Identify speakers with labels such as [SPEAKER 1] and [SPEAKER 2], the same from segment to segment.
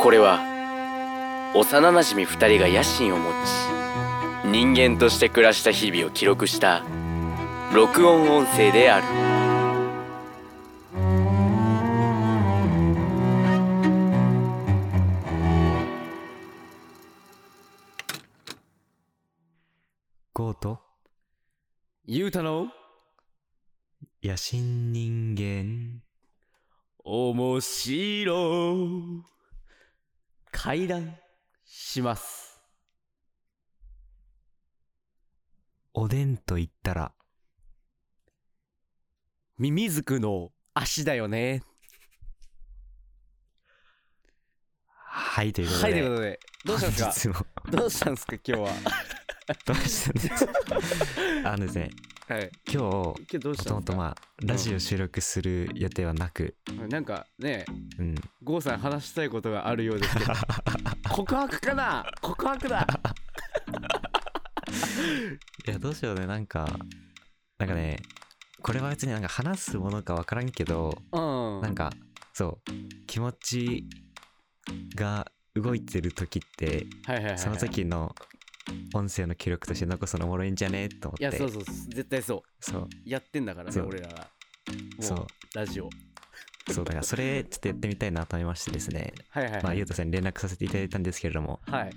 [SPEAKER 1] これは幼なじみ2人が野心を持ち人間として暮らした日々を記録した録音音声である
[SPEAKER 2] ゴート
[SPEAKER 1] ゆうたの
[SPEAKER 2] 野心人間
[SPEAKER 1] 面白会談します
[SPEAKER 2] おでんと言ったら
[SPEAKER 1] ミミズクの足だよね
[SPEAKER 2] はいということ
[SPEAKER 1] はい
[SPEAKER 2] で、
[SPEAKER 1] ということでどうしたんです
[SPEAKER 2] すか
[SPEAKER 1] か どうしたんですか今日は
[SPEAKER 2] どうしたんですか あのですね
[SPEAKER 1] はい
[SPEAKER 2] 今日も
[SPEAKER 1] 今日どうしたん
[SPEAKER 2] とも
[SPEAKER 1] です
[SPEAKER 2] と
[SPEAKER 1] か
[SPEAKER 2] まあラジオ収録する予定はなく
[SPEAKER 1] なんかね
[SPEAKER 2] うん
[SPEAKER 1] 郷さん話したいことがあるよう ですけど告白かな告白だ
[SPEAKER 2] いやどうしようねなんかなんかねこれは別になんか話すものかわからんけど
[SPEAKER 1] うん
[SPEAKER 2] なんかそう気持ちが動いてる時って
[SPEAKER 1] はいはいはいはい
[SPEAKER 2] その時の音声の記録として残すのおもろいんじゃねと思
[SPEAKER 1] いや
[SPEAKER 2] って
[SPEAKER 1] そうそう絶対そう
[SPEAKER 2] そう
[SPEAKER 1] やってんだからね
[SPEAKER 2] そう
[SPEAKER 1] 俺らはも
[SPEAKER 2] そう
[SPEAKER 1] ラジオ
[SPEAKER 2] そうだからそれちょっとやってみたいなと思いましてですね
[SPEAKER 1] はいはい
[SPEAKER 2] ま
[SPEAKER 1] は
[SPEAKER 2] あ
[SPEAKER 1] い
[SPEAKER 2] ゆうとさんに連絡させていただいたんですけれども
[SPEAKER 1] はい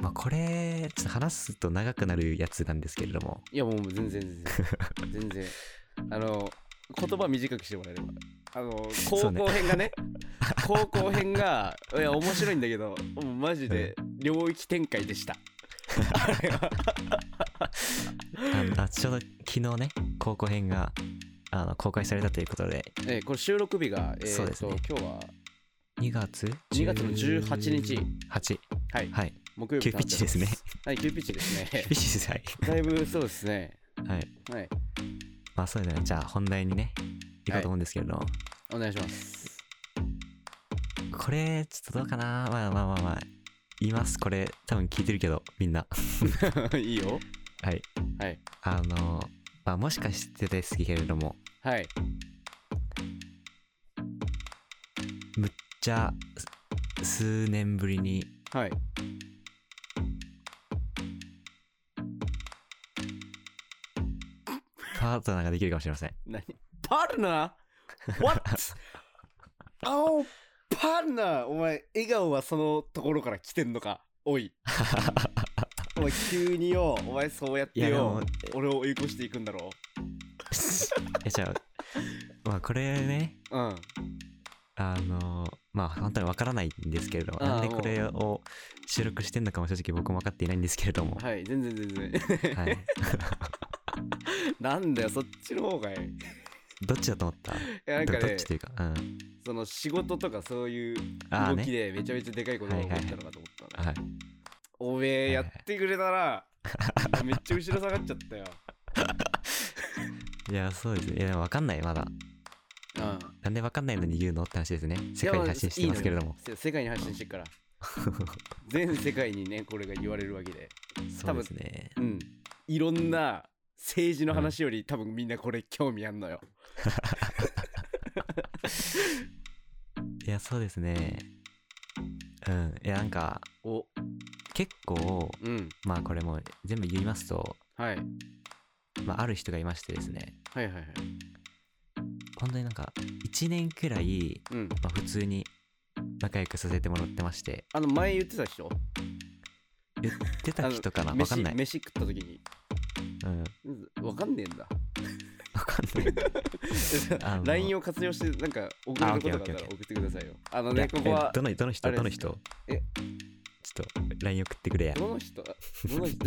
[SPEAKER 2] まあこれちょっと話すと長くなるやつなんですけれども
[SPEAKER 1] いやもう全然全然全 然あの言葉短くしてもらえればあの
[SPEAKER 2] そ
[SPEAKER 1] 高
[SPEAKER 2] うね
[SPEAKER 1] 校編 がね高校編がいや面白いんだけどもうマジで領域展開でしたあれは
[SPEAKER 2] ああちょうど昨日ね高校編があの公開されたということで
[SPEAKER 1] えーこれ収録日がえ
[SPEAKER 2] そう
[SPEAKER 1] ー
[SPEAKER 2] で
[SPEAKER 1] っ
[SPEAKER 2] す
[SPEAKER 1] と
[SPEAKER 2] ね
[SPEAKER 1] 今日は
[SPEAKER 2] 2月
[SPEAKER 1] 2月の18日
[SPEAKER 2] 8
[SPEAKER 1] はい
[SPEAKER 2] はい
[SPEAKER 1] 木曜日
[SPEAKER 2] 急ピッチですね
[SPEAKER 1] はい急ピッチですね
[SPEAKER 2] 急ピッチですはい
[SPEAKER 1] だいぶそうですね
[SPEAKER 2] はい
[SPEAKER 1] はい
[SPEAKER 2] まあそういうのじゃあ本題にねいこうと思うんですけれども、
[SPEAKER 1] お願いします
[SPEAKER 2] これちょっとどうかなまあまあまあまあ言いますこれ多分聞いてるけどみんな
[SPEAKER 1] いいよ
[SPEAKER 2] はい
[SPEAKER 1] はい
[SPEAKER 2] あのまあもしかしてですけれども
[SPEAKER 1] はい
[SPEAKER 2] じゃあす数年ぶりに
[SPEAKER 1] はい
[SPEAKER 2] パートナーができるかもしれ ません
[SPEAKER 1] 何パートナー ?What? おうパートナーお前笑顔はそのところから来てんのかお いお前急によお前そうやって
[SPEAKER 2] いやで
[SPEAKER 1] よ
[SPEAKER 2] も
[SPEAKER 1] 俺を追い越していくんだろ
[SPEAKER 2] いやじゃあまあこれね
[SPEAKER 1] ううん
[SPEAKER 2] あのまあ本当にわからないんですけれども
[SPEAKER 1] あー
[SPEAKER 2] なんでこれを収録してんのかも正直僕も分かっていないんですけれども
[SPEAKER 1] はい全然 全然
[SPEAKER 2] はい
[SPEAKER 1] なんだよそっちの方がいいい
[SPEAKER 2] どっちだと思った
[SPEAKER 1] やなんか
[SPEAKER 2] どどっ
[SPEAKER 1] ね
[SPEAKER 2] ちというかうん
[SPEAKER 1] その仕事とかそういう
[SPEAKER 2] ああ
[SPEAKER 1] 動きで
[SPEAKER 2] ね
[SPEAKER 1] めちゃめちゃでかいことが起こったのかと思ったら、
[SPEAKER 2] はい
[SPEAKER 1] おめえやってくれたらめっちゃ後ろ下がっちゃったよ
[SPEAKER 2] いやそうですねいやでも分かんないまだ
[SPEAKER 1] うん
[SPEAKER 2] なんで分かんないのに言うのって話ですね世界に発信してますけれども
[SPEAKER 1] いやあいいのよ世界に発信してっ から全世界にねこれが言われるわけで
[SPEAKER 2] そうですね
[SPEAKER 1] うんいろんな政治の話より多分みんなこれ興味あんのよ
[SPEAKER 2] いやそうですねうんいやなんか
[SPEAKER 1] お
[SPEAKER 2] 結構
[SPEAKER 1] うん
[SPEAKER 2] まあこれも全部言いますと、
[SPEAKER 1] はいはい
[SPEAKER 2] まあ、ある人がいましてですね
[SPEAKER 1] はいはい
[SPEAKER 2] 本当になんか1年くらい、
[SPEAKER 1] うん
[SPEAKER 2] まあ、普通に仲良くさせてもらってまして
[SPEAKER 1] あの前言ってた人
[SPEAKER 2] 言ってた人かな
[SPEAKER 1] あの
[SPEAKER 2] 分かんない、
[SPEAKER 1] 飯飯食った時に
[SPEAKER 2] うん、
[SPEAKER 1] うんわかんねえんだ
[SPEAKER 2] 分かんない あの
[SPEAKER 1] LINE を活用してなんか送
[SPEAKER 2] あ
[SPEAKER 1] る
[SPEAKER 2] オッ
[SPEAKER 1] こと
[SPEAKER 2] ケー
[SPEAKER 1] があったら
[SPEAKER 2] オッケーオッケー
[SPEAKER 1] 送ってくださいよあの
[SPEAKER 2] いや
[SPEAKER 1] ねここは
[SPEAKER 2] えどのどの人
[SPEAKER 1] あれ
[SPEAKER 2] どの人
[SPEAKER 1] え
[SPEAKER 2] ちょっと LINE 送ってくれや
[SPEAKER 1] どの人どの人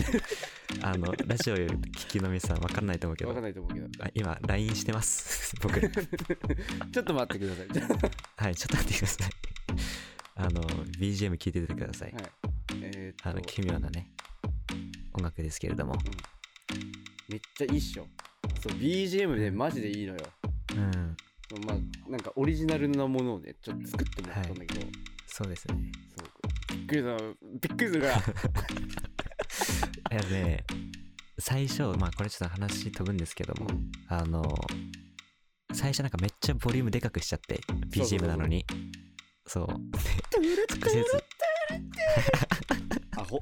[SPEAKER 2] あのラジオ聞きの皆さん分かんないと思うけど
[SPEAKER 1] わかんないと思うけど
[SPEAKER 2] あ今 LINE してます僕
[SPEAKER 1] ちょっと待ってください
[SPEAKER 2] はいちょっと待ってくださいあの BGM 聞いててください、
[SPEAKER 1] はいえー
[SPEAKER 2] あ
[SPEAKER 1] っと
[SPEAKER 2] の奇妙なね音楽ですけれども
[SPEAKER 1] めっちゃいいっしょそう BGM でマジでいいのよ
[SPEAKER 2] うん
[SPEAKER 1] そうまあなんかオリジナルなものをねちょっと作ってもらったんだけど、
[SPEAKER 2] そうですね
[SPEAKER 1] そうびっくりするびっくり するから
[SPEAKER 2] いやね最初まあこれちょっと話飛ぶんですけども
[SPEAKER 1] うん
[SPEAKER 2] あの最初なんかめっちゃボリュームでかくしちゃって
[SPEAKER 1] そうそうそう
[SPEAKER 2] BGM なのにそう。
[SPEAKER 1] トゥルトゥ
[SPEAKER 2] 直接
[SPEAKER 1] ル、アホ。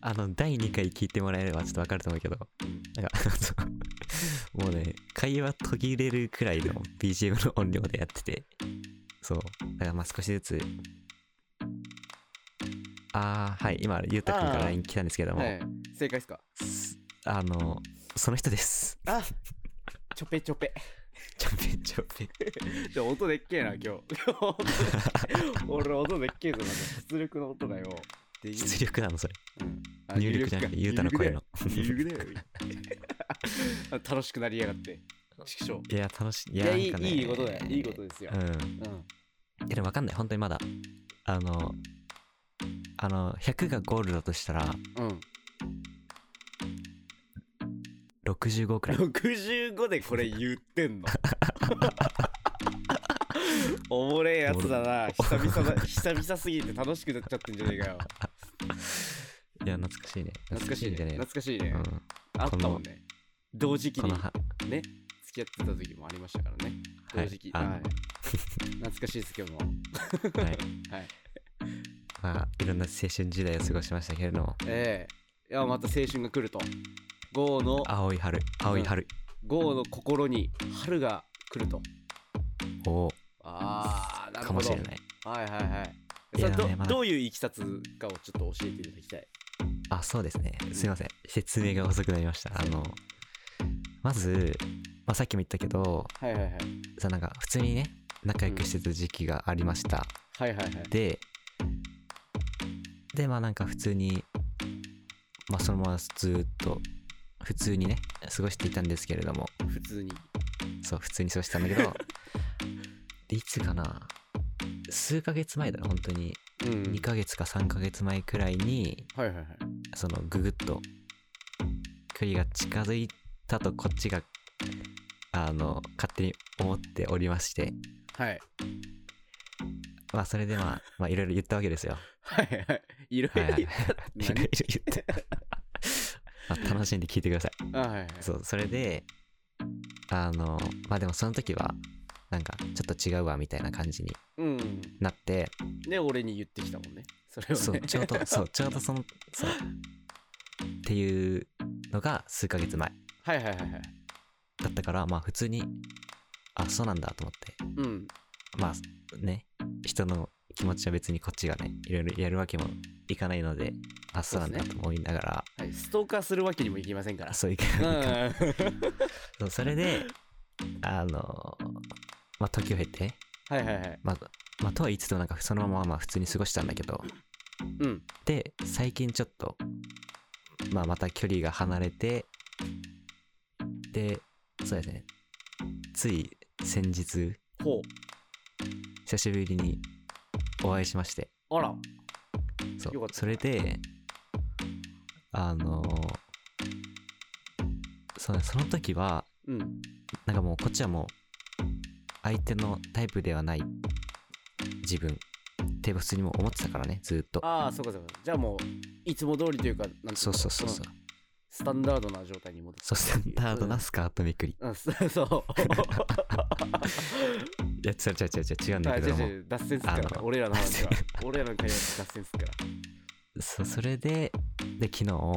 [SPEAKER 2] あの、第2回聞いてもらえればちょっとわかると思うけど、なんか、あのそうもうね、会話途切れるくらいの BGM の音量でやってて、そう。だからまあ少しずつ、あー、はい、今、ゆうたくんか
[SPEAKER 1] あー
[SPEAKER 2] ら LINE 来たんですけども、
[SPEAKER 1] はい。正解ですか
[SPEAKER 2] すあの、その人です。
[SPEAKER 1] あちょぺちょぺ。
[SPEAKER 2] ちょぺちょぺ。
[SPEAKER 1] でも音でっけえな、今日。 俺、音でっけえぞ、なんか出力の音だよ。で
[SPEAKER 2] 出力なの、それ。
[SPEAKER 1] あ
[SPEAKER 2] 入力じゃなくて、ゆうたの声の。
[SPEAKER 1] 入力だよ。入力だよ楽しくなりやがって。畜生。
[SPEAKER 2] いや、楽しい。い
[SPEAKER 1] い
[SPEAKER 2] や、
[SPEAKER 1] や、いい
[SPEAKER 2] なんかね
[SPEAKER 1] いいことだよ。いいことですよ。
[SPEAKER 2] うん。
[SPEAKER 1] うん。
[SPEAKER 2] いやでもわかんない本当にまだあのあの100がゴールだとしたら
[SPEAKER 1] うん。
[SPEAKER 2] 65くらい
[SPEAKER 1] 65でこれ言ってんのおもれえやつだな久々だ久々すぎて楽しくなっちゃってんじゃねえかよ
[SPEAKER 2] いや懐かしいね
[SPEAKER 1] 懐かしい
[SPEAKER 2] んじゃ
[SPEAKER 1] ね
[SPEAKER 2] ねえ
[SPEAKER 1] 懐かしい
[SPEAKER 2] え
[SPEAKER 1] ね、
[SPEAKER 2] の
[SPEAKER 1] あったもんね同時期
[SPEAKER 2] うんこ
[SPEAKER 1] に
[SPEAKER 2] のは
[SPEAKER 1] ね付き合ってた時もありましたからね
[SPEAKER 2] は
[SPEAKER 1] 同
[SPEAKER 2] い
[SPEAKER 1] 時期、はい
[SPEAKER 2] あ
[SPEAKER 1] 懐かしいですけども
[SPEAKER 2] はい
[SPEAKER 1] はい
[SPEAKER 2] まあいろんな青春時代を過ごしましたけれども
[SPEAKER 1] ええいやまた青春が来るとゴーの
[SPEAKER 2] 青い春青い春
[SPEAKER 1] ゴーの心に春が来ると
[SPEAKER 2] お
[SPEAKER 1] ああなる
[SPEAKER 2] か
[SPEAKER 1] ほ
[SPEAKER 2] もし
[SPEAKER 1] ど
[SPEAKER 2] れない
[SPEAKER 1] はいはいはい。そ
[SPEAKER 2] いや
[SPEAKER 1] れど
[SPEAKER 2] ねまだ
[SPEAKER 1] どういういきさつかをちょっと教えていただきたい。
[SPEAKER 2] あそうですねすいません説明が遅くなりましたあのまず、まあ、さっきも言ったけど
[SPEAKER 1] はいはいはい。
[SPEAKER 2] さなんか普通にね仲良くしてた時期がありました、
[SPEAKER 1] はいはいはい。
[SPEAKER 2] ででまあなんか普通にまあそのままずーっと普通にね過ごしていたんですけれども
[SPEAKER 1] 普通に。
[SPEAKER 2] そう普通に過ごしてたんだけどでいつかな数ヶ月前だな本当に
[SPEAKER 1] う
[SPEAKER 2] 2
[SPEAKER 1] ん。
[SPEAKER 2] ヶ月か3ヶ月前くらいに
[SPEAKER 1] はいはいはい。
[SPEAKER 2] そのググッと距離が近づいたとこっちがあの勝手に思っておりまして
[SPEAKER 1] はい。
[SPEAKER 2] まあそれでまあまあいろいろ言ったわけですよ
[SPEAKER 1] はいはい。いろい
[SPEAKER 2] はい
[SPEAKER 1] ろ
[SPEAKER 2] はい
[SPEAKER 1] 言ったって
[SPEAKER 2] いろいろ 言ってまあ楽しんで聞いてください
[SPEAKER 1] 何あはいはい。
[SPEAKER 2] そうそれであのまあでもその時はなんかちょっと違うわみたいな感じに
[SPEAKER 1] うん。
[SPEAKER 2] なって
[SPEAKER 1] で、俺に言ってきたもんね。それ
[SPEAKER 2] そ
[SPEAKER 1] を
[SPEAKER 2] う
[SPEAKER 1] ね。
[SPEAKER 2] ちょうどそうちょうどそのそうっていうのが数ヶ月前
[SPEAKER 1] はいはいはいはい。
[SPEAKER 2] だったからまあ普通にあそうなんだと思って
[SPEAKER 1] うん。
[SPEAKER 2] まあね人の気持ちは別にこっちがねいろいろやるわけもいかないのであそうなんだと思いながら
[SPEAKER 1] はい。ストーカーするわけにもいきませんから
[SPEAKER 2] あ。そういかないか
[SPEAKER 1] うん。
[SPEAKER 2] そうそれであのまあ時を経て
[SPEAKER 1] はいはいはい。
[SPEAKER 2] まあ、まあ、とは言いつつもなんかそのまままあ普通に過ごしたんだけど
[SPEAKER 1] うん。
[SPEAKER 2] で最近ちょっと、まあ、また距離が離れてでそうですねつい先日
[SPEAKER 1] ほ
[SPEAKER 2] 久しぶりにお会いしまして
[SPEAKER 1] う。あら。
[SPEAKER 2] そ
[SPEAKER 1] よかっ
[SPEAKER 2] う
[SPEAKER 1] た
[SPEAKER 2] それであのそうその時は
[SPEAKER 1] うん。
[SPEAKER 2] なんかもうこっちはもう相手のタイプではない自分って普通にもう思ってたからねずーっと
[SPEAKER 1] ああ、そうかそうか。じゃあもう、いつも通りというか、なんていの
[SPEAKER 2] そうそうそうそう。
[SPEAKER 1] スタンダードな状態に戻って
[SPEAKER 2] そうスタンダードなスカートめくり。
[SPEAKER 1] うん、そそう。
[SPEAKER 2] いや、違う違う違う違うんだ
[SPEAKER 1] あ
[SPEAKER 2] け
[SPEAKER 1] 違う
[SPEAKER 2] ども。
[SPEAKER 1] 違う、脱線すっから
[SPEAKER 2] あ
[SPEAKER 1] な、
[SPEAKER 2] の
[SPEAKER 1] 俺らの話は。俺らの会話は脱線すっか
[SPEAKER 2] そう、それで、で、昨日、
[SPEAKER 1] ら。はい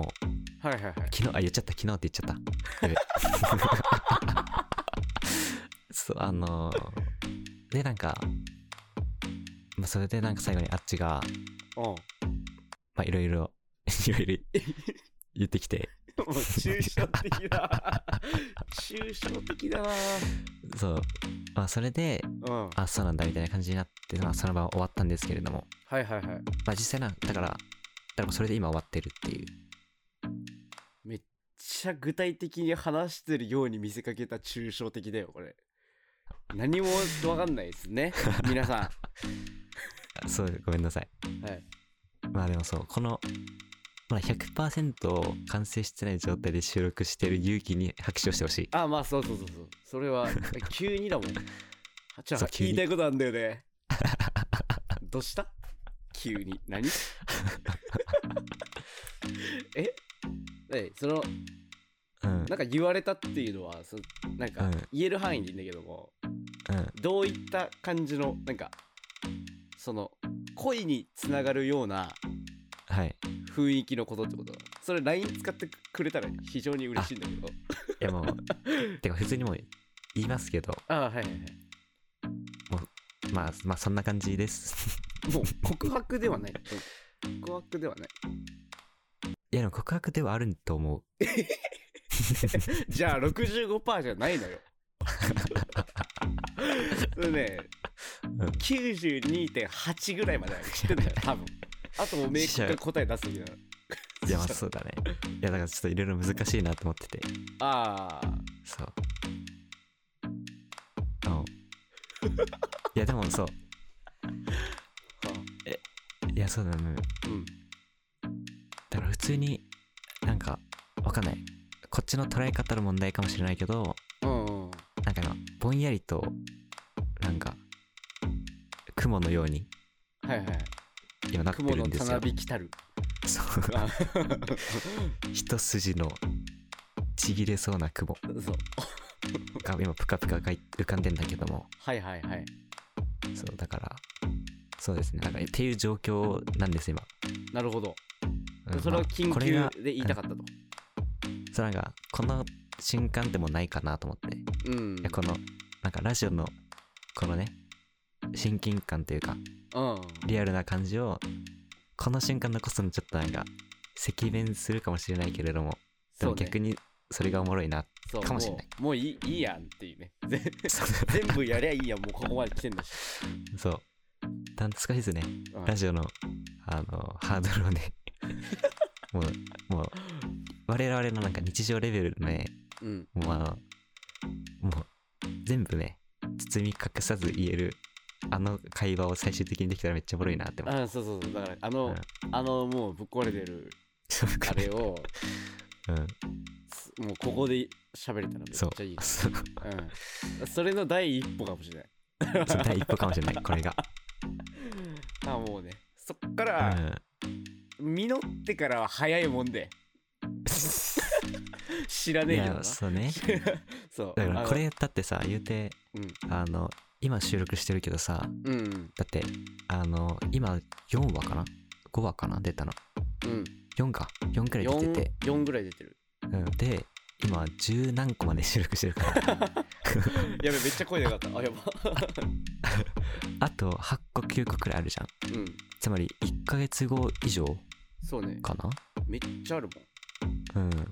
[SPEAKER 1] はいはい。
[SPEAKER 2] 昨日、あ、言っちゃった、昨日って言っちゃった。やべ そう、あのーで、なんか、まあ、それでなんか最後にあっちが、
[SPEAKER 1] うん。 も
[SPEAKER 2] まあ、いろいろ、いろいろ言ってきて、
[SPEAKER 1] う抽象的だ。抽象的だな。
[SPEAKER 2] そう、まあ、それで、
[SPEAKER 1] うん。はい
[SPEAKER 2] あ、そうなんだ、みたいな感じになって、まあ、その場は終わったんですけれども、
[SPEAKER 1] はいはい。
[SPEAKER 2] まあ、実際な、だから、だからもうそれで今終わってるっていう。
[SPEAKER 1] めっちゃ具体的に話してるように見せかけた抽象的だよ、これ。何もわかんないですね。皆さん。
[SPEAKER 2] そう、ごめんなさい。
[SPEAKER 1] はい。
[SPEAKER 2] まあでもそう、この、まあ、100%完成してない状態で収録してる勇気に拍手をしてほしい。
[SPEAKER 1] あ、まあそうそうそうそう。それ は、急にだもん。あちょっ
[SPEAKER 2] そ
[SPEAKER 1] と
[SPEAKER 2] う急に
[SPEAKER 1] 言いたいことあんだよね。どうした急に。 何ええ、その、
[SPEAKER 2] うん、うん、
[SPEAKER 1] なんか言われたっていうのは、そなん
[SPEAKER 2] う
[SPEAKER 1] か
[SPEAKER 2] ん
[SPEAKER 1] 言える範囲でいいんだけども、どういった感じの、なんか、その恋につながるような
[SPEAKER 2] はい。
[SPEAKER 1] 雰囲気のことってことそれ LINE 使ってくれたら非常に嬉しいんだけど
[SPEAKER 2] いやもう、てか普通にもう言いますけど、
[SPEAKER 1] ああはいはいはい
[SPEAKER 2] まあ、まあそんな感じです。
[SPEAKER 1] もう告白ではない、うん告白ではない
[SPEAKER 2] いやでも告白ではあると思う。
[SPEAKER 1] じゃあ65%じゃないの よそれね、
[SPEAKER 2] うん
[SPEAKER 1] 92.8ぐらいまでは知ってんだよ多分あともう明確な答え出すみたいない
[SPEAKER 2] や まあそうだね。いやだからちょっといろいろ難しいなと思ってて。
[SPEAKER 1] ああ
[SPEAKER 2] そう。うん。いやでもそう。いやそうだね。
[SPEAKER 1] うん
[SPEAKER 2] だから普通に、なんか、わかんない。こっちの捉え方の問題かもしれないけど、
[SPEAKER 1] うんうん
[SPEAKER 2] なんかあのぼんやりと、なんか、雲のように
[SPEAKER 1] はいはい
[SPEAKER 2] 今なって
[SPEAKER 1] 雲
[SPEAKER 2] る
[SPEAKER 1] の
[SPEAKER 2] んで
[SPEAKER 1] た
[SPEAKER 2] す
[SPEAKER 1] な
[SPEAKER 2] よ。
[SPEAKER 1] びきたる
[SPEAKER 2] そう。
[SPEAKER 1] あ
[SPEAKER 2] 一筋のちぎれそうな雲
[SPEAKER 1] そう
[SPEAKER 2] が今ぷかぷか浮かい浮かんでんだけども
[SPEAKER 1] はいはいはい
[SPEAKER 2] そうだからそうですねなんかっていう状況なんです今、
[SPEAKER 1] なるほど
[SPEAKER 2] うん
[SPEAKER 1] それ
[SPEAKER 2] ま
[SPEAKER 1] を
[SPEAKER 2] あ
[SPEAKER 1] 緊
[SPEAKER 2] これが
[SPEAKER 1] 急で言いたかったと
[SPEAKER 2] そうなんかこの瞬間でもないかなと思って、い
[SPEAKER 1] うん
[SPEAKER 2] やこのなんかラジオのこのね親近感というか
[SPEAKER 1] うん
[SPEAKER 2] リアルな感じをこの瞬間残すのちょっとなんか赤面するかもしれないけれどもで
[SPEAKER 1] そ
[SPEAKER 2] も
[SPEAKER 1] うね
[SPEAKER 2] 逆にそれがおもろい な
[SPEAKER 1] そう
[SPEAKER 2] かもしれない
[SPEAKER 1] もうもういいいいやんっていうねぜ
[SPEAKER 2] そう
[SPEAKER 1] 全部やりゃいいやんもうここまで来てんだし、
[SPEAKER 2] そうだん難しいですね
[SPEAKER 1] うん
[SPEAKER 2] ラジオの、あの、ハードルを ね、もう、もう、我々のなんか日常レベルのね、
[SPEAKER 1] うん
[SPEAKER 2] もうあの、もう、全部ね、包み隠さず言える、あの会話を最終的にできたらめっちゃおもろいなって思う。
[SPEAKER 1] あそうそうそうだからあ
[SPEAKER 2] う
[SPEAKER 1] の
[SPEAKER 2] ん、
[SPEAKER 1] あのもうぶっ壊れてるあれを
[SPEAKER 2] うん、
[SPEAKER 1] すもうここで喋れたらめっ
[SPEAKER 2] そう
[SPEAKER 1] ちゃいい、
[SPEAKER 2] そう
[SPEAKER 1] うん、それの第一歩かもしれない
[SPEAKER 2] そう第一歩かもしれない、これが。
[SPEAKER 1] あもうねそっか
[SPEAKER 2] う
[SPEAKER 1] ら
[SPEAKER 2] ん。
[SPEAKER 1] 実ってからは早いもん で知ら
[SPEAKER 2] い
[SPEAKER 1] ねえけど
[SPEAKER 2] や、
[SPEAKER 1] な
[SPEAKER 2] そうね。
[SPEAKER 1] そう
[SPEAKER 2] だか
[SPEAKER 1] あ
[SPEAKER 2] ら
[SPEAKER 1] の
[SPEAKER 2] これだってさ、言うて、
[SPEAKER 1] うん
[SPEAKER 2] あの、今収録してるけどさ、
[SPEAKER 1] うん
[SPEAKER 2] だって、あの、今4話かな ?5 話かな出たの。
[SPEAKER 1] うん
[SPEAKER 2] 4か4くらい出てて、
[SPEAKER 1] 4ぐらい出てる
[SPEAKER 2] うん、で今十何個まで収録してるから
[SPEAKER 1] やべめっちゃ声でかかったあやば
[SPEAKER 2] あと8個9個くらいあるじゃん
[SPEAKER 1] うん
[SPEAKER 2] つまり1ヶ月後以上
[SPEAKER 1] そうね
[SPEAKER 2] か
[SPEAKER 1] めっちゃあるもん
[SPEAKER 2] なうんっ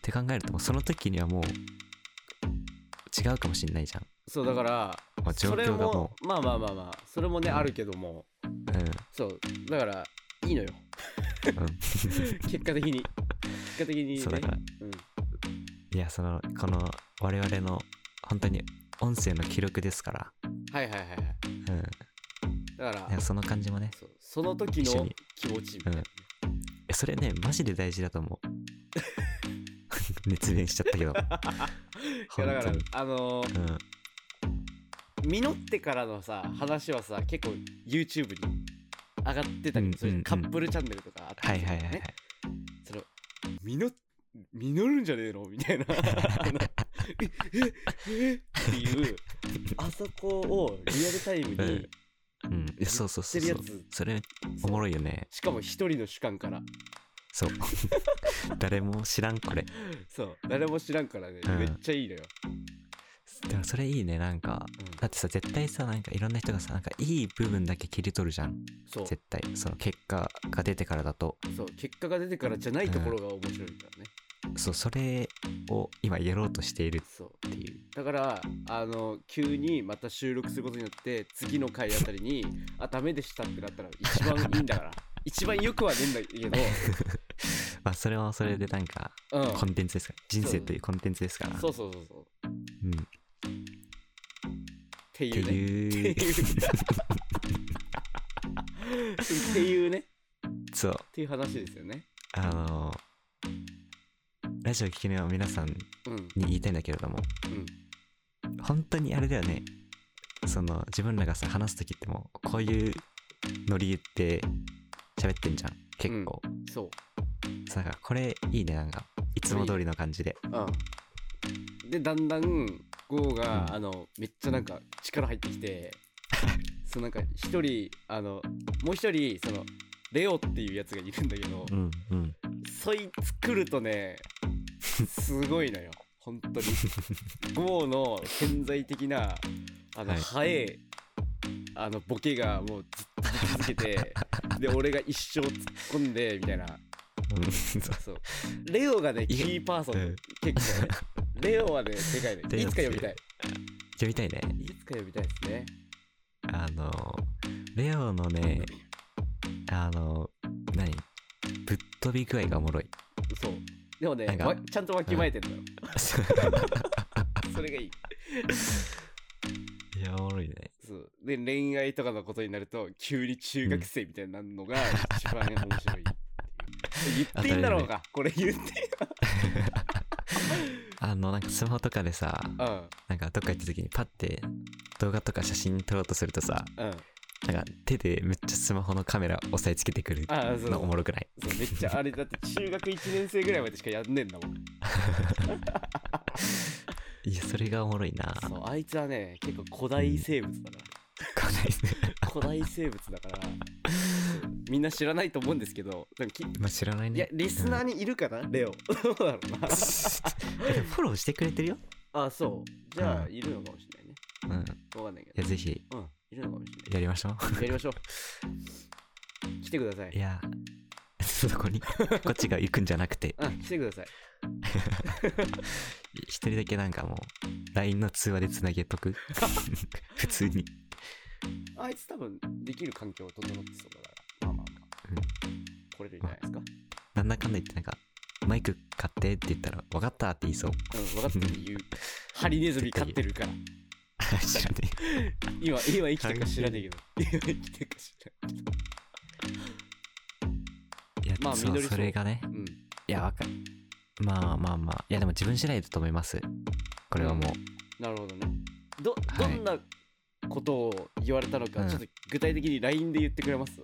[SPEAKER 2] て考えるともうその時にはもう違うかもしんないじゃん
[SPEAKER 1] そうだから
[SPEAKER 2] まあ状
[SPEAKER 1] それ
[SPEAKER 2] 況が
[SPEAKER 1] も
[SPEAKER 2] も
[SPEAKER 1] まあまあまあまあそれもね
[SPEAKER 2] うん
[SPEAKER 1] あるけども
[SPEAKER 2] う
[SPEAKER 1] そうだからい いのよ
[SPEAKER 2] うん、う
[SPEAKER 1] 結果的に結果的に
[SPEAKER 2] ん、
[SPEAKER 1] ね
[SPEAKER 2] そうだから
[SPEAKER 1] うん
[SPEAKER 2] いやそのこの我々の本当に音声の記録ですから
[SPEAKER 1] はいはいはいはい
[SPEAKER 2] うん
[SPEAKER 1] だから
[SPEAKER 2] いやその感じもね
[SPEAKER 1] そうその時
[SPEAKER 2] 一緒
[SPEAKER 1] の
[SPEAKER 2] に
[SPEAKER 1] 気持ちみたいなね
[SPEAKER 2] いやそれねマジで大事だと思 う熱弁しちゃったけど
[SPEAKER 1] いやだか
[SPEAKER 2] 本
[SPEAKER 1] らあのー
[SPEAKER 2] 当にうん
[SPEAKER 1] 実ってからのさ話はさ結構 YouTube に上がってたりする
[SPEAKER 2] う
[SPEAKER 1] じゃ
[SPEAKER 2] んうんうんん
[SPEAKER 1] カップルチャンネルとかあった
[SPEAKER 2] はい
[SPEAKER 1] りす
[SPEAKER 2] は
[SPEAKER 1] る
[SPEAKER 2] い
[SPEAKER 1] じ
[SPEAKER 2] は
[SPEAKER 1] ゃ
[SPEAKER 2] い
[SPEAKER 1] ん
[SPEAKER 2] はい
[SPEAKER 1] ね。その実実るんじゃねえのみたい な あのえええっていうあそこをリアルタイムに
[SPEAKER 2] うん、いやそうそうそう
[SPEAKER 1] 言
[SPEAKER 2] そ
[SPEAKER 1] っ
[SPEAKER 2] う
[SPEAKER 1] てるや。
[SPEAKER 2] それおもろいよね。
[SPEAKER 1] しかも一人の主観から
[SPEAKER 2] そう。 誰も知らんこれ。
[SPEAKER 1] そう誰も知らんからね、
[SPEAKER 2] うん
[SPEAKER 1] めっちゃいいのよ、
[SPEAKER 2] でもそれいいねなんか。だってさ絶対さなんかいろんな人がさなんかいい部分だけ切り取るじゃん。
[SPEAKER 1] そう
[SPEAKER 2] 絶対その結果が出てからだと。
[SPEAKER 1] そう結果が出てからじゃないところが面白いからね、
[SPEAKER 2] そうそれを今やろうとしている
[SPEAKER 1] そう
[SPEAKER 2] っていう。
[SPEAKER 1] だからあの急にまた収録することによって次の回あたりにあダメでしたってなったら一番いいん だから一番よくはねえんだけ
[SPEAKER 2] まあそれはそれでなんか
[SPEAKER 1] ど、うん、
[SPEAKER 2] コンテンツですから。人生というコンテンツですから。
[SPEAKER 1] そうそうそうそうっ
[SPEAKER 2] うん。って
[SPEAKER 1] ていうね
[SPEAKER 2] い
[SPEAKER 1] っ
[SPEAKER 2] う
[SPEAKER 1] て。 いうっていうね
[SPEAKER 2] そう。
[SPEAKER 1] っていう話ですよね
[SPEAKER 2] あのラジオ聞きの皆さん
[SPEAKER 1] うん
[SPEAKER 2] に言いたいんだけれども、本当にあれだよねその自分らがさ話す時ってもうこういうノリで喋ってんじゃん結構、
[SPEAKER 1] そう
[SPEAKER 2] さあこれいいねなんかいつも通りの感じで
[SPEAKER 1] うんでだんだん GO が、
[SPEAKER 2] うん
[SPEAKER 1] あのめっちゃなんか力入ってきてそのなんか一人あのもう一人そのレオっていうやつがいるんだけど、
[SPEAKER 2] うんうん
[SPEAKER 1] そいつ来るとねすごいのよ 本当にゴーの潜在的なあの、
[SPEAKER 2] はい
[SPEAKER 1] 早いあのボケがもうずっと続け てで俺が一生突っ込んでみたいな
[SPEAKER 2] うんそう
[SPEAKER 1] そうレオがねキ
[SPEAKER 2] いや
[SPEAKER 1] ーパーソン、
[SPEAKER 2] うん
[SPEAKER 1] 結構ねレオはねでかい ね
[SPEAKER 2] レ
[SPEAKER 1] い
[SPEAKER 2] オ
[SPEAKER 1] つか呼びたい
[SPEAKER 2] 読みたいね
[SPEAKER 1] いつか呼びたいですね
[SPEAKER 2] あのレオのねあの何ぶっ飛び具合がおもろい
[SPEAKER 1] そうでもね
[SPEAKER 2] なんか
[SPEAKER 1] わちゃんとわきまえてんだよ、それがいい
[SPEAKER 2] いやおもろいね
[SPEAKER 1] そうで恋愛とかのことになると急に中学生みたいになるのが一番面白い言っていいんだろう かこれ言って
[SPEAKER 2] あのなんかスマホとかでさ
[SPEAKER 1] うん
[SPEAKER 2] なんかどっか行った時にパッて動画とか写真撮ろうとするとさ
[SPEAKER 1] うん
[SPEAKER 2] なんか手でめっちゃスマホのカメラ押さえつけてくる
[SPEAKER 1] あそう
[SPEAKER 2] のおもろくない
[SPEAKER 1] そうめっちゃあれだって中学1年生ぐらいまでしかやんねえんだもん
[SPEAKER 2] いやそれがおもろいな
[SPEAKER 1] そうあいつはね結構古代生物だか
[SPEAKER 2] わかんないですね
[SPEAKER 1] ら古代生物だ からみんな知らないと思うんですけどでもき
[SPEAKER 2] まあ知らないね
[SPEAKER 1] いやリスナーにいるかな、レオ どうだろうな
[SPEAKER 2] えフォローしてくれてるよ。
[SPEAKER 1] あそうじゃあ
[SPEAKER 2] うん
[SPEAKER 1] いるのかもしれないね
[SPEAKER 2] うん。い
[SPEAKER 1] わかんないけ
[SPEAKER 2] や、
[SPEAKER 1] ど
[SPEAKER 2] ぜひ
[SPEAKER 1] うんいるのかもしれ
[SPEAKER 2] やりましょ。
[SPEAKER 1] ないやりましょう来てくださいう
[SPEAKER 2] いや、そこに、こっちが行くんじゃなくて、
[SPEAKER 1] うん、来てください。
[SPEAKER 2] 一人だけなんかもう、LINE の通話でつなげとく。 普通に。
[SPEAKER 1] あいつ多分できる環境を整ってそうだから。まあまあま
[SPEAKER 2] うん
[SPEAKER 1] あ。これでいいんじゃないですか。
[SPEAKER 2] なんだかんだ言ってなんか、マイク買ってって言ったら、わかったって言いそう。
[SPEAKER 1] うん、分かってるって言う。ハリネズミ飼ってるから。
[SPEAKER 2] 知らね
[SPEAKER 1] 今、今生きてるか知らねえけど。今生きてるか知らね
[SPEAKER 2] え。いや、
[SPEAKER 1] まあ
[SPEAKER 2] そ
[SPEAKER 1] 緑
[SPEAKER 2] う、
[SPEAKER 1] そう
[SPEAKER 2] それがね。
[SPEAKER 1] え。うん。
[SPEAKER 2] いや、わかまあまあまあ。いや、でも自分次第だと思います。これはもう。
[SPEAKER 1] なるほどね。ど、ど
[SPEAKER 2] はい
[SPEAKER 1] んなことを言われたのか、
[SPEAKER 2] うん
[SPEAKER 1] ちょっと具体的に LINE で言ってくれます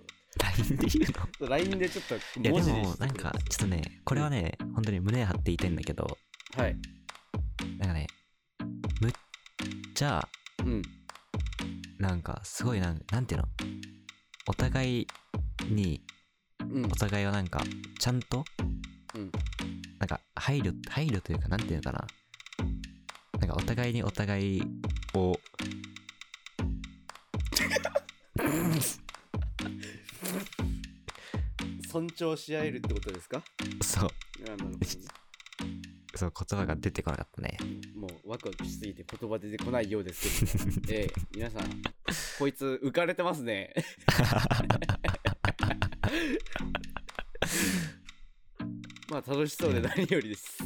[SPEAKER 2] LINE で言うの
[SPEAKER 1] ?LINE でちょっと
[SPEAKER 2] いや、
[SPEAKER 1] 文字
[SPEAKER 2] で
[SPEAKER 1] に
[SPEAKER 2] も
[SPEAKER 1] し、て
[SPEAKER 2] なん
[SPEAKER 1] くれま
[SPEAKER 2] か、ちょっとね、これはね、本当に胸張って言いたいんだけど、
[SPEAKER 1] すはい。
[SPEAKER 2] なんかね、むっちゃ、
[SPEAKER 1] うん。
[SPEAKER 2] なんか、すごいなん、なんていうのお互いに、
[SPEAKER 1] うん
[SPEAKER 2] お。互いはなんか、ちゃんと、
[SPEAKER 1] うん
[SPEAKER 2] なんか、配慮、配慮というか、なんていうのかな。なんか、お互いにお互いを、
[SPEAKER 1] 尊重し合えるってことですか
[SPEAKER 2] そう、
[SPEAKER 1] あなるほどね
[SPEAKER 2] そう、言葉が出てこなかったね。
[SPEAKER 1] もうワクワクしすぎて言葉出てこないようですけど、ね、ええ皆さんこいつ浮かれてます ねまあ楽しそうで何よりです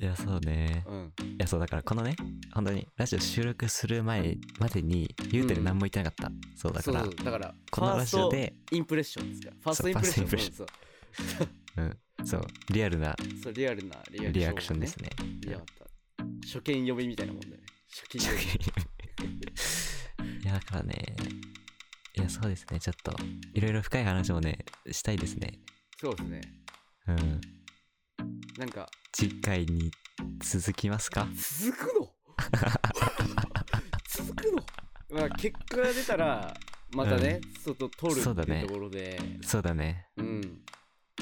[SPEAKER 2] いや、そうね。
[SPEAKER 1] うん
[SPEAKER 2] いや、そう、だから、このね、本当に、ラジオ収録する前までに、ゆうてる何も言ってなかった。そう、だか
[SPEAKER 1] そう
[SPEAKER 2] ら、
[SPEAKER 1] そうだから
[SPEAKER 2] このラジオ
[SPEAKER 1] ファー
[SPEAKER 2] で、
[SPEAKER 1] ストインプレッションですからファーストインプレッション
[SPEAKER 2] そうファース
[SPEAKER 1] そう
[SPEAKER 2] うん、そう、リアルな
[SPEAKER 1] そうそうリアルなリアル
[SPEAKER 2] リアクションですね。
[SPEAKER 1] いや初見読みみたいなもんだよね初見読み
[SPEAKER 2] いや、だからね、いや、そうですね、ちょっと、いろいろ深い話もね、したいですね。
[SPEAKER 1] そうですね
[SPEAKER 2] うん。
[SPEAKER 1] なんか
[SPEAKER 2] 次回に続きますか
[SPEAKER 1] 続く の続くの、まあ、結果が出たらまたね、外取る
[SPEAKER 2] そう
[SPEAKER 1] っ
[SPEAKER 2] だ
[SPEAKER 1] てい
[SPEAKER 2] ね
[SPEAKER 1] うところで
[SPEAKER 2] そうだね。
[SPEAKER 1] う,、ん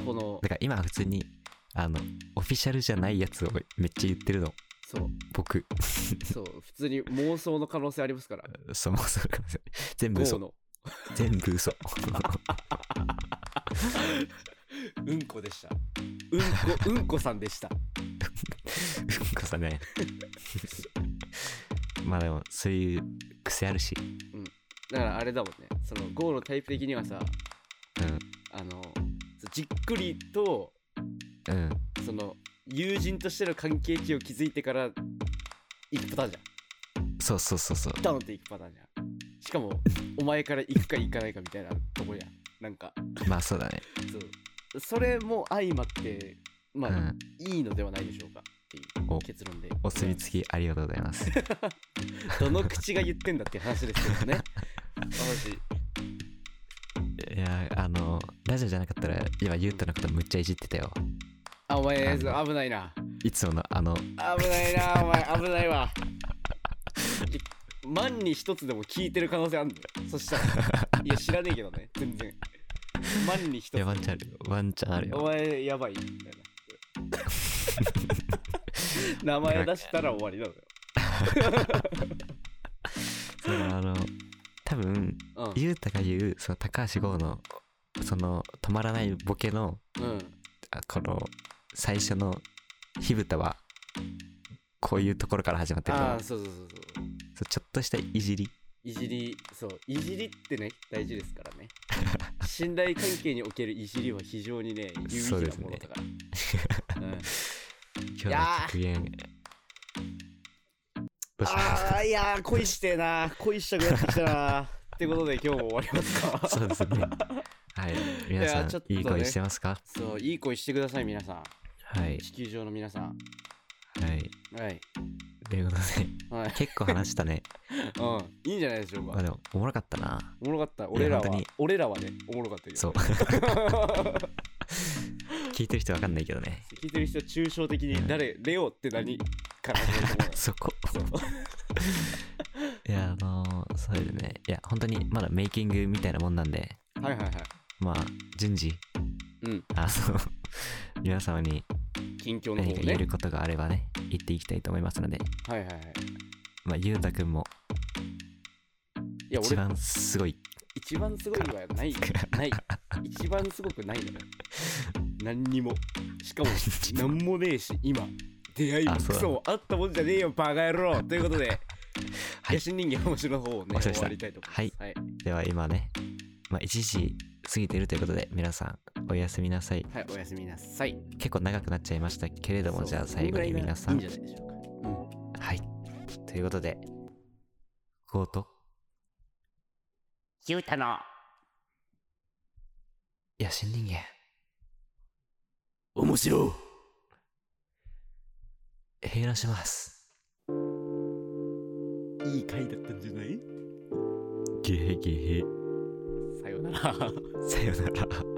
[SPEAKER 1] この
[SPEAKER 2] だから今普通に、あの、オフィシャルじゃないやつをめっちゃ言ってるの。
[SPEAKER 1] そう
[SPEAKER 2] 僕、
[SPEAKER 1] そう普通に妄想の可能性ありますから
[SPEAKER 2] そもそもかもしれない全
[SPEAKER 1] ゴ
[SPEAKER 2] 部
[SPEAKER 1] ー
[SPEAKER 2] 嘘。
[SPEAKER 1] の
[SPEAKER 2] 全部嘘。
[SPEAKER 1] うんこでしたうんこ うんこさんでした
[SPEAKER 2] うんこさね。まあでも、そういう癖あるし。
[SPEAKER 1] だからあれだもんねそのゴーのタイプ的にはさあのじっくりと
[SPEAKER 2] うん。うん。
[SPEAKER 1] その友人としての関係値を築いてから行くパターンじゃん
[SPEAKER 2] そうそうそうそう。
[SPEAKER 1] ドンって行くパターンじゃんしかもお前から行くか行かないかみたいなとこやんなんか
[SPEAKER 2] まあそうだね。
[SPEAKER 1] そうそれも相まってま
[SPEAKER 2] う
[SPEAKER 1] あ、
[SPEAKER 2] ん。
[SPEAKER 1] いいのではないでしょうかっていう
[SPEAKER 2] お
[SPEAKER 1] 結論で
[SPEAKER 2] お墨付きありがとうござい ます。
[SPEAKER 1] どの口が言ってんだっていう話ですけど ね私
[SPEAKER 2] いやあのラジオじゃなかったら今ゆうたのことむっちゃいじってたよ
[SPEAKER 1] あお前
[SPEAKER 2] あ
[SPEAKER 1] 危ないない
[SPEAKER 2] つものあの
[SPEAKER 1] 危ないなお前危ないわ万に一つでも聞いてる可能性あるんだよそしたらいや知らねえけどね全然万に一
[SPEAKER 2] いや、
[SPEAKER 1] つ
[SPEAKER 2] ワンチャンあるよ。ワンチャンある
[SPEAKER 1] お
[SPEAKER 2] よ。
[SPEAKER 1] 前やばいみたい な名前出したら終わりなのよ
[SPEAKER 2] それはあの、多分、
[SPEAKER 1] うん
[SPEAKER 2] ゆうたが言う、その高橋豪の、その、止まらないボケの、
[SPEAKER 1] うん
[SPEAKER 2] あこの、最初の火蓋は、こういうところから始まってるから
[SPEAKER 1] ああそうそうそうそう
[SPEAKER 2] そうちょっとしたいじり。
[SPEAKER 1] いじりそういじりってね大事ですから ね信頼関係におけるいじりは非常にね有意義
[SPEAKER 2] そうで
[SPEAKER 1] な
[SPEAKER 2] すね
[SPEAKER 1] ものだから う,、ん、
[SPEAKER 2] 今日の格言。どうし
[SPEAKER 1] ああいやー恋してえな恋したくなってきたなってことで今日も終わりますか
[SPEAKER 2] そうですね。はい。皆さ
[SPEAKER 1] いや
[SPEAKER 2] ん、
[SPEAKER 1] ちょっとね
[SPEAKER 2] いい声してますか
[SPEAKER 1] そういい恋してください皆さ
[SPEAKER 2] はい
[SPEAKER 1] ん。地球上の皆さん
[SPEAKER 2] はい。
[SPEAKER 1] はい
[SPEAKER 2] ということで、
[SPEAKER 1] はい
[SPEAKER 2] 結構話した ね。
[SPEAKER 1] うんいいんじゃないでしょう
[SPEAKER 2] まあ
[SPEAKER 1] か
[SPEAKER 2] でも、おもろかったな。
[SPEAKER 1] おもろかった俺らは
[SPEAKER 2] 本当に
[SPEAKER 1] 俺らはねおもろかったけど
[SPEAKER 2] そう。 聞いてる人わかんないけどね。
[SPEAKER 1] 聞いてる人は抽象的に誰レオって何から始まると思う
[SPEAKER 2] そ こ。いや、あのー、そうですね。いや、本当にまだメイキングみたいなもんなんで、
[SPEAKER 1] はいはいはい
[SPEAKER 2] まあ、順次、
[SPEAKER 1] うん
[SPEAKER 2] あの、 皆様に
[SPEAKER 1] 近況の方ね
[SPEAKER 2] 何か言えることがあればね、言っていきたいと思いますので、
[SPEAKER 1] はいはいはい
[SPEAKER 2] まあ、ゆうたくんも
[SPEAKER 1] いや俺
[SPEAKER 2] 一番すごい。
[SPEAKER 1] 一番すごいはないない一番すごくないのよ何にもし かも何もねえし今出会いも
[SPEAKER 2] あ
[SPEAKER 1] ク
[SPEAKER 2] そうだ
[SPEAKER 1] ソもあったもんじゃねえよバカ野郎ということで、
[SPEAKER 2] はい
[SPEAKER 1] 野心人間面白の方をね
[SPEAKER 2] お疲れ様でした
[SPEAKER 1] 終わりたいと思います、
[SPEAKER 2] はい
[SPEAKER 1] はい
[SPEAKER 2] では今ね、まあ、1時過ぎてるということで、皆さん、おやすみなさい。
[SPEAKER 1] はいおやすみなさい
[SPEAKER 2] 結構長くなっちゃいましたけれども、
[SPEAKER 1] そう
[SPEAKER 2] じゃあ最後に皆さ
[SPEAKER 1] いい
[SPEAKER 2] ん
[SPEAKER 1] んじ。ゃないでしょうか、うん
[SPEAKER 2] はい。ということで、ゴート、
[SPEAKER 1] ゆうたの
[SPEAKER 2] 野心人間、
[SPEAKER 1] 面白
[SPEAKER 2] 閉覧します。
[SPEAKER 1] いい回だったんじゃない
[SPEAKER 2] ゲヘゲヘ。
[SPEAKER 1] さようなら
[SPEAKER 2] さよなら。